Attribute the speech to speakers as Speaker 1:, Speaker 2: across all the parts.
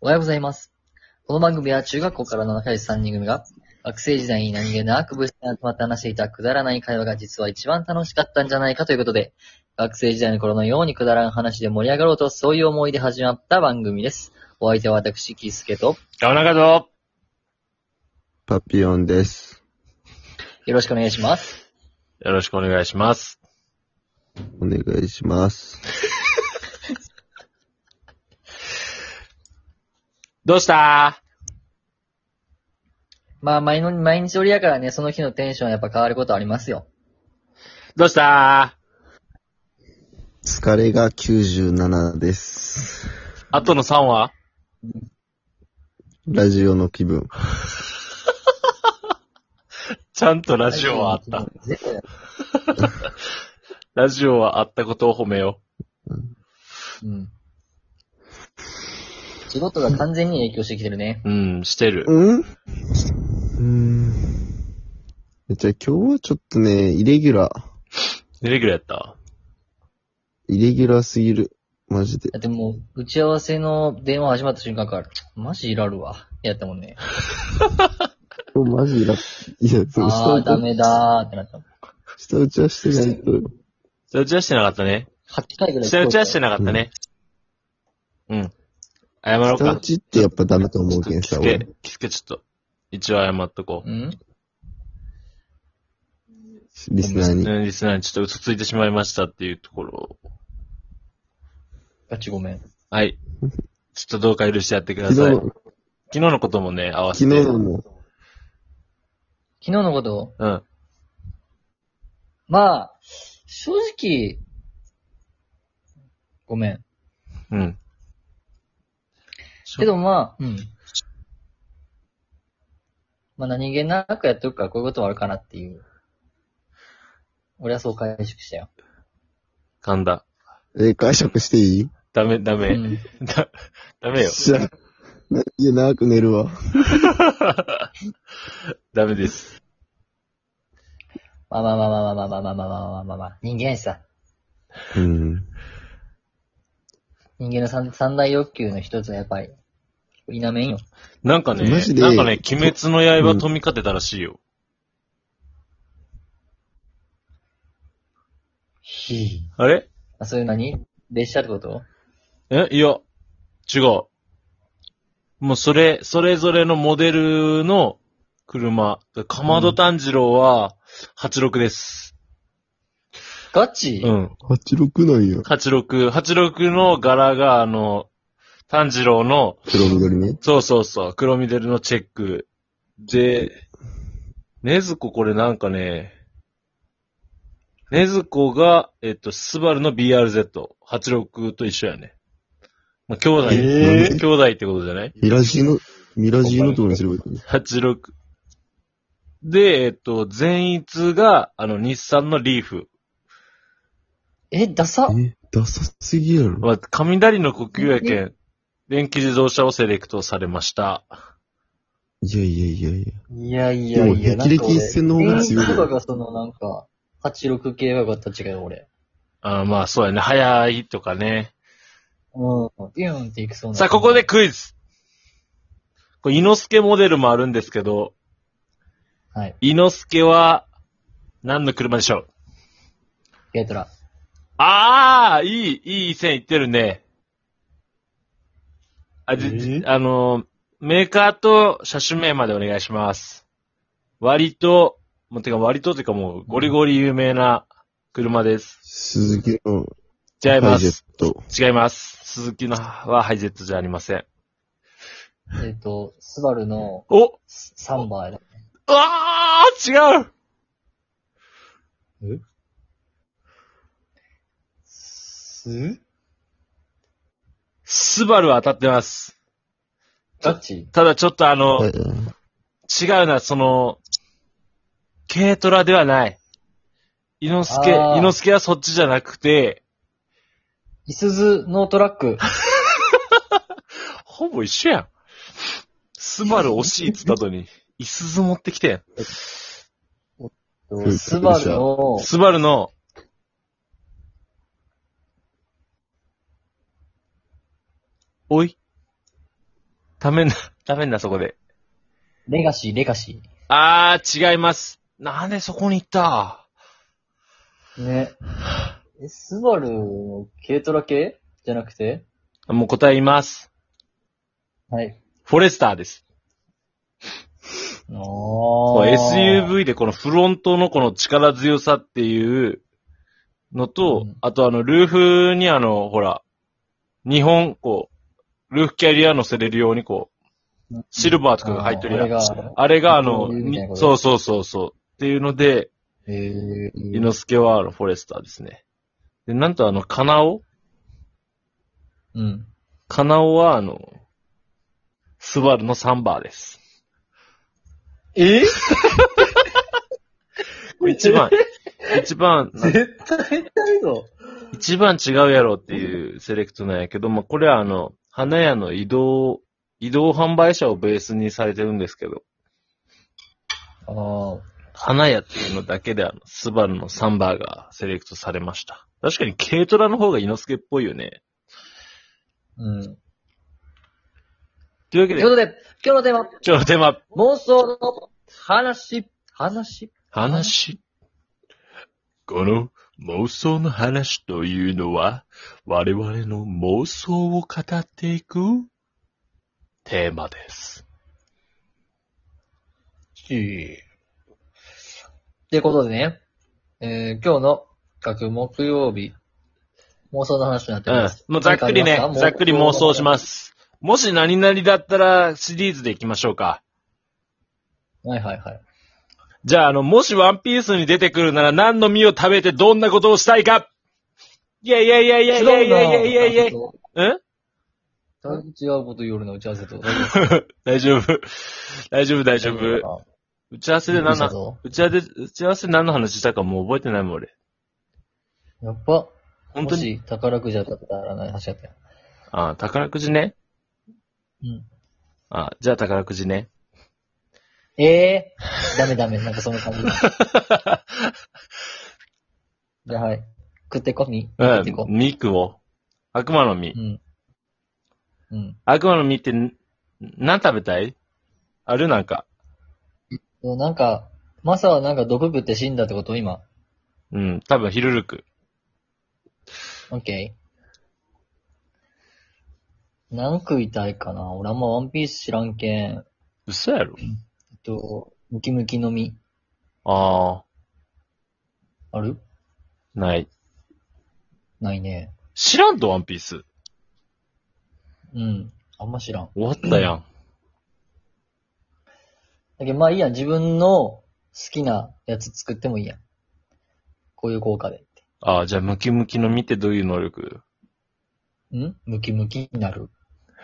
Speaker 1: おはようございます。この番組は中学校からの仲良し3人組が、学生時代に何気なく部室に集まって話していたくだらない会話が実は一番楽しかったんじゃないかということで、学生時代の頃のようにくだらん話で盛り上がろうと、そういう思いで始まった番組です。お相手は私、キースケと、
Speaker 2: ガオナカぞ
Speaker 3: パピヨンです。
Speaker 1: よろしくお願いします。
Speaker 2: よろしくお願いします。
Speaker 3: お願いします。
Speaker 2: どうした
Speaker 1: まあ、毎の毎日折やからね、その日のテンションはやっぱ変わることありますよ。
Speaker 2: どうした
Speaker 3: 疲れが97です。
Speaker 2: あとの3は
Speaker 3: ラジオの気分。
Speaker 2: ちゃんとラジオはあった。。ラジオはあったことを褒めよ
Speaker 1: うん。仕事が完全に影響してきてるね。
Speaker 2: う。うん、してる。
Speaker 3: うんうーん。じゃあ今日はちょっとね、イレギュラー。
Speaker 2: イレギュラーやった
Speaker 3: イレギュラーすぎる。マジで。
Speaker 1: だってもう、打ち合わせの電話始まった瞬間から、マジいらるわ。やったもんね。
Speaker 3: 今日マジイラ。いや、その
Speaker 1: ああ、
Speaker 3: 下
Speaker 1: ダ
Speaker 3: 打
Speaker 1: メだーってなった。
Speaker 3: ち、下打ちはしてないと。
Speaker 2: 下打ちはしてなかったね。
Speaker 1: 8回ぐらい。
Speaker 2: 下打ちはしてなかったね。うん。謝ろう
Speaker 3: 下打
Speaker 2: か。
Speaker 3: ちってやっぱダメと思うけん
Speaker 2: キ
Speaker 3: さ、
Speaker 2: ス
Speaker 3: 俺
Speaker 2: ケ。、キスケちょっと。一応謝っとこう。
Speaker 1: うん
Speaker 3: リスナーに。
Speaker 2: ねリスナーにちょっと嘘ついてしまいましたっていうところを。
Speaker 1: ガチごめん。
Speaker 2: はい。ちょっとどうか許してやってくだ
Speaker 3: 昨日
Speaker 2: さい。
Speaker 3: の
Speaker 2: 昨、日のこともね、合わせ
Speaker 3: 昨日
Speaker 2: て。
Speaker 3: のも、
Speaker 1: 昨日のこと
Speaker 2: うん。
Speaker 1: まあ、正直、ごめん。
Speaker 2: うん。
Speaker 1: けどまあ、うん。まあ何気なくやっておくからこういうことはあるかなっていう。俺はそう解釈したよ。
Speaker 2: 噛んだ。
Speaker 3: え、解釈していい
Speaker 2: ダメ、ダ
Speaker 1: う
Speaker 2: メ。
Speaker 1: ん。
Speaker 2: だ、ダメよ。
Speaker 3: しゃ、ないや、長く寝るわ。
Speaker 2: ダメです。
Speaker 1: まあまあまあまあまあまあまあまあまあまあまあまあ。人間やしさ。
Speaker 3: うん。
Speaker 1: 人間の三三大欲求の一つはやっぱり、否めんよ。
Speaker 2: なんかね、
Speaker 3: マジで
Speaker 2: なんかね、鬼滅の刃飛び勝てたらしいよ。
Speaker 1: ひ
Speaker 2: あれ
Speaker 1: あ、そういう何列車ってこと
Speaker 2: えいや、違う。もうそれ、それぞれのモデルの車。かまど炭治郎は、86です。
Speaker 1: ガチ
Speaker 2: うん。
Speaker 3: 86なんや。
Speaker 2: 86、86の柄が、あの、炭治郎の、
Speaker 3: 黒緑ね。
Speaker 2: そうそうそう、黒緑のチェック。で、ねずここれなんかね、ねずこが、えっと、スバルの BRZ86 と一緒やね。まあ、兄弟、
Speaker 3: えー
Speaker 2: 兄弟ってことじゃない
Speaker 3: ミラジーの、ミラジーのとこにすればいいのに。
Speaker 2: ?86。で、えっと、前逸が、あの、日産のリーフ。
Speaker 1: え、ダサ
Speaker 3: え、ダサすぎやろ。
Speaker 2: まあ、雷の呼吸やけん、電気自動車をセレクトされました。
Speaker 3: いやいやいやいや。
Speaker 1: いやいやいや、
Speaker 3: でも霹靂一閃の方が強い
Speaker 1: なんか俺電気とかがそのなんか、86系はよかった違う俺。
Speaker 2: あーまあ、そうやね。早いとかね。
Speaker 1: うん。ビューンっていきそうな。
Speaker 2: さあ、ここで。クイズ。これ、伊之助モデルもあるんですけど、
Speaker 1: はい。
Speaker 2: 伊之助は、何の車でしょう
Speaker 1: ゲートラ。
Speaker 2: ああ、いい、いい線いってるね。あ、じ、
Speaker 3: えー
Speaker 2: あのー、メーカーと車種名までお願いします。割と、もうてか割とてかもう、ゴリゴリ有名な車です。
Speaker 3: 鈴木の
Speaker 2: 違い
Speaker 3: ハ
Speaker 2: ま
Speaker 3: イジェッ
Speaker 2: す。
Speaker 3: ト。
Speaker 2: 違います。鈴木のはハイジェットじゃありません。
Speaker 1: えっ、と、スバルの
Speaker 2: おう
Speaker 1: サンバーだ。
Speaker 2: わー違う
Speaker 1: す
Speaker 2: スバルは当たってます。
Speaker 1: ガチ
Speaker 2: ただちょっとあの、
Speaker 3: はい
Speaker 2: 違うな、その、軽トラではない。伊之助、伊
Speaker 1: あー
Speaker 2: 之助はそっちじゃなくて、
Speaker 1: イスズノートラック。
Speaker 2: ほぼ一緒やん。スバル惜しいっつった 後に、イスズ持ってきてん。
Speaker 3: ん
Speaker 1: スバルの、
Speaker 2: スバルの、おいためんな、 ためんな、そこで。
Speaker 1: レガシー、レガシ
Speaker 2: あー、違います。なんでそこに行った
Speaker 1: ー。ね。え、スバルの軽トラ系じゃなくて
Speaker 2: もう答え言います。
Speaker 1: はい。
Speaker 2: フォレスターです。
Speaker 1: お
Speaker 2: こう
Speaker 1: ー。
Speaker 2: SUV でこのフロントのこの力強さっていうのと、
Speaker 1: うん
Speaker 2: あとあの、ルーフにあの、ほら、日本、こう、ルーフキャリア乗せれるようにこう、シルバーとかが入ってるやん。
Speaker 1: あーあれが
Speaker 2: あれがあの、
Speaker 1: 二刀流みたいな
Speaker 2: に
Speaker 1: こと
Speaker 2: そうそうそうそう。っていうので、
Speaker 1: えー
Speaker 2: 猪之助はあの、フォレスターですね。で、なんとあの、カナオ
Speaker 1: うん。
Speaker 2: カナオはあの、スバルのサンバーです。
Speaker 1: え
Speaker 2: これ 一番、一番、
Speaker 1: 絶対痛いぞ。
Speaker 2: 一番違うやろっていうセレクトなんやけど、まあ、これはあの、花屋の移動、移動販売車をベースにされてるんですけど、
Speaker 1: あー
Speaker 2: 花屋っていうのだけであの、スバルのサンバーがセレクトされました。確かに軽トラの方が猪之助っぽいよね。
Speaker 1: うん。
Speaker 2: という
Speaker 1: とい
Speaker 2: わけで
Speaker 1: うこ、とで、今日のテーマ、
Speaker 2: 今日のテーマ、
Speaker 1: 妄想の話、話
Speaker 2: 話。この妄想の話というのは、我々の妄想を語っていくテーマです。
Speaker 1: ってことでね、えー、今日の各木曜日、妄想の話になって
Speaker 2: うん
Speaker 1: ます。。
Speaker 2: もうざっくり
Speaker 1: 何
Speaker 2: ね
Speaker 1: かありま、すか
Speaker 2: ざっくり妄想します。もし何々だったらシリーズでいきましょうか。
Speaker 1: はいはいはい。
Speaker 2: じゃあ、あの、もしワンピースに出てくるなら何の実を食べてどんなことをしたいかいやいやいやいやいやいやいやいやいや
Speaker 1: 違うこ
Speaker 2: え
Speaker 1: と違うこと夜の打ち合わせと。
Speaker 2: 大丈夫。大丈夫、大丈夫。打ち合わせで
Speaker 1: 大
Speaker 2: 何
Speaker 1: 丈
Speaker 2: の
Speaker 1: 夫かな、
Speaker 2: 打ち合わせ、打ち合わせで何の話したかもう覚えてないもん、俺。
Speaker 1: やっぱ、
Speaker 2: 本
Speaker 1: も
Speaker 2: 当に。
Speaker 1: し宝くじだったら何話だったよ。
Speaker 2: あ宝くじね。
Speaker 1: うん。
Speaker 2: あじゃあ宝くじね。
Speaker 1: ええー、ダメダメ、なんかその感 じ。じゃあはい。食ってこ、み。
Speaker 2: う
Speaker 1: 食っ
Speaker 2: ん
Speaker 1: てこ。。
Speaker 2: ミクを。悪魔の実。
Speaker 1: うん。うん。
Speaker 2: 悪魔の実ってん、何食べたいあるなんか。
Speaker 1: でもなんか、マサはなんか毒食って死んだってこと今。
Speaker 2: うん、多分ヒルルク。
Speaker 1: オッケー。何食いたいかな俺あんまワンピース知らんけん。
Speaker 2: 嘘やろ
Speaker 1: えっと、ムキムキの実。
Speaker 2: あ
Speaker 1: ある
Speaker 2: あ、ない。
Speaker 1: ないね。
Speaker 2: 知らんと、ワンピース。
Speaker 1: うん。あんま知らん。
Speaker 2: 終わったやん。
Speaker 1: だけどまあいいやん。自分の好きなやつ作ってもいいやん。こういう効果で。
Speaker 2: ああ、じゃあ、ムキムキの見てどういう能力
Speaker 1: んムキムキになる。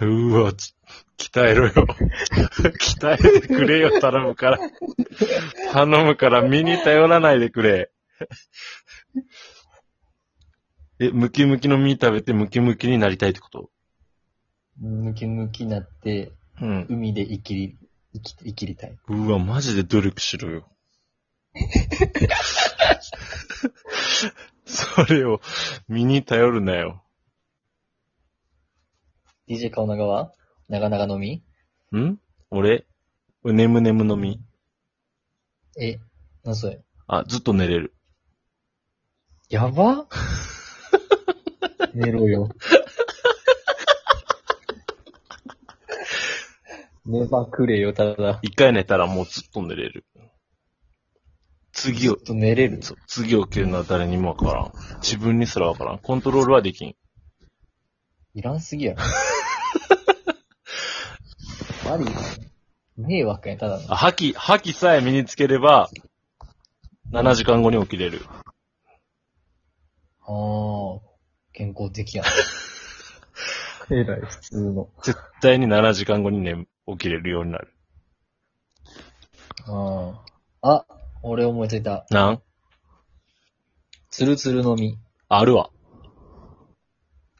Speaker 2: うわ、つ鍛えろよ。 鍛えてくれよ、頼む から。頼むから、身に頼らないでくれ。 え、ムキムキの実食べてムキムキになりたいってこと
Speaker 1: ムキムキになって、
Speaker 2: うん。
Speaker 1: 海で生きり、生き、生きりたい。
Speaker 2: うわ、マジで努力しろ よ。それを、身に頼るなよ。
Speaker 1: DJ 顔長は長々の実
Speaker 2: ん俺、うねむねむのみ。
Speaker 1: え、なんそれ
Speaker 2: あ、ずっと寝れる。
Speaker 1: やば 寝ろ よ。寝まくれよ、ただ。
Speaker 2: 一回寝たらもうずっと寝れる。次を
Speaker 1: ちょっ、と寝れる。
Speaker 2: そう次起きるのは誰にもわからん。自分にすらわからん。コントロールはできん。
Speaker 1: いらんすぎやろ。マリ迷惑やん、ただの。
Speaker 2: あ、覇気、覇気さえ身につければ、7時間後に起きれる。
Speaker 1: ああ、健康的やん。えらい、普通の。
Speaker 2: 絶対に7時間後にね、起きれるようになる。
Speaker 1: ああ。あ、俺思いついた。
Speaker 2: なん
Speaker 1: ツルツルの実。
Speaker 2: あるわ。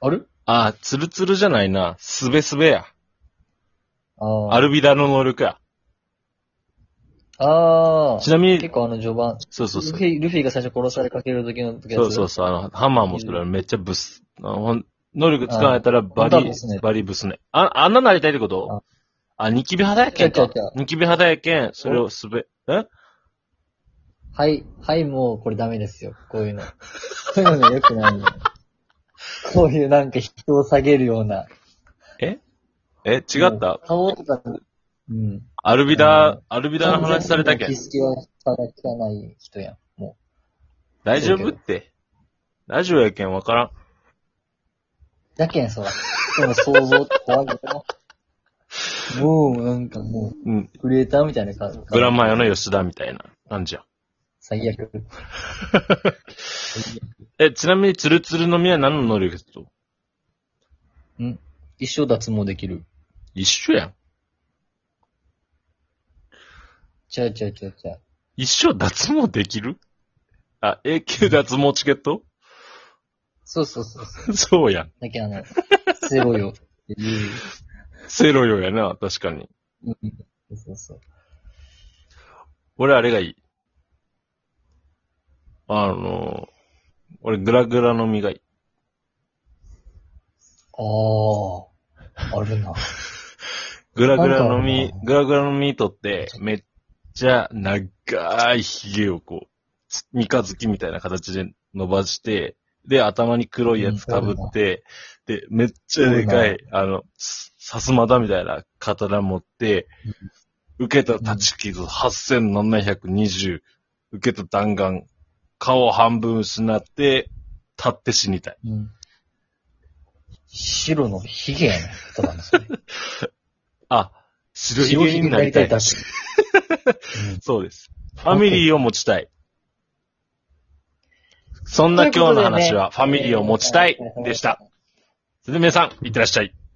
Speaker 1: ある
Speaker 2: あ、ツルツルじゃないな。すべすべや。
Speaker 1: ああ。
Speaker 2: アルビダの能力や。
Speaker 1: ああ。
Speaker 2: ちなみ
Speaker 1: 結
Speaker 2: に、
Speaker 1: 構あの序盤、
Speaker 2: そうそうそう
Speaker 1: ル。フィ、ルフィが最初殺されかける時の時。
Speaker 2: そうそううそう。あの、ハンマーもそれはめっちゃブス。あほん能力使われたらバ
Speaker 1: あ本当は
Speaker 2: リ
Speaker 1: ブスね、
Speaker 2: バリブスね。あ、あんななりたいってことあ、ニキビ肌やけん
Speaker 1: 違う
Speaker 2: か
Speaker 1: 違う違う。
Speaker 2: ニキビ肌やけん、それをすべ、え
Speaker 1: はい、はい、もうこれダメですよ。こういうの。そういうのね、良くないの。こういうなんか人を下げるような。
Speaker 2: え、違っ
Speaker 1: も
Speaker 2: た
Speaker 1: う顔とか、うん。
Speaker 2: アルビ
Speaker 1: あ
Speaker 2: ダ
Speaker 1: ー、
Speaker 2: アルビダの話されたけん
Speaker 1: 意。識は下がない人やん。も
Speaker 2: 大丈夫って。ラジオやけんわからん。
Speaker 1: う。だけん、そら。人の想像って怖いよ。もう、なんかも
Speaker 2: うん。
Speaker 1: う、クリエイターみたいな感じ。
Speaker 2: ブラマヨの吉田みたいな感じや。
Speaker 1: 最悪。
Speaker 2: え、ちなみにツルツルの実は何の能力ですと
Speaker 1: うん。一生脱毛できる。
Speaker 2: 一緒やん。
Speaker 1: ちゃうちゃうちゃうちゃう。
Speaker 2: 一生脱毛できるあ、永久脱毛チケット
Speaker 1: そうそうそうそう。
Speaker 2: そうやん。
Speaker 1: だけどあの、セロよっていう。
Speaker 2: セロよやな、確かに。
Speaker 1: うんそうそうそう。
Speaker 2: 俺あれがいい。あのー、俺グラグラの実がいい。
Speaker 1: ああ、あるな。
Speaker 2: グラグラの
Speaker 1: なん
Speaker 2: 実
Speaker 1: かある、な
Speaker 2: グラグラの実取って、めっちゃ長い髭をこう、つ三日月みたいな形で伸ばして、で、頭に黒いやつ被って、で、めっちゃでかい、あの、すさすまだみたいな刀持って、受けた立ち傷8720、受けた弾丸、顔半分失って、立って死にたい。
Speaker 1: うん。白のヒゲやね。た だのそれ。
Speaker 2: あ、白ひげになりたい。
Speaker 1: 白ひげになりたいだけ
Speaker 2: そうです。ファミリーを持ちたい。そんな今日の話は、ファ
Speaker 1: うん
Speaker 2: ミリーを持ちたいでした。。すずめさん、いってらっしゃい。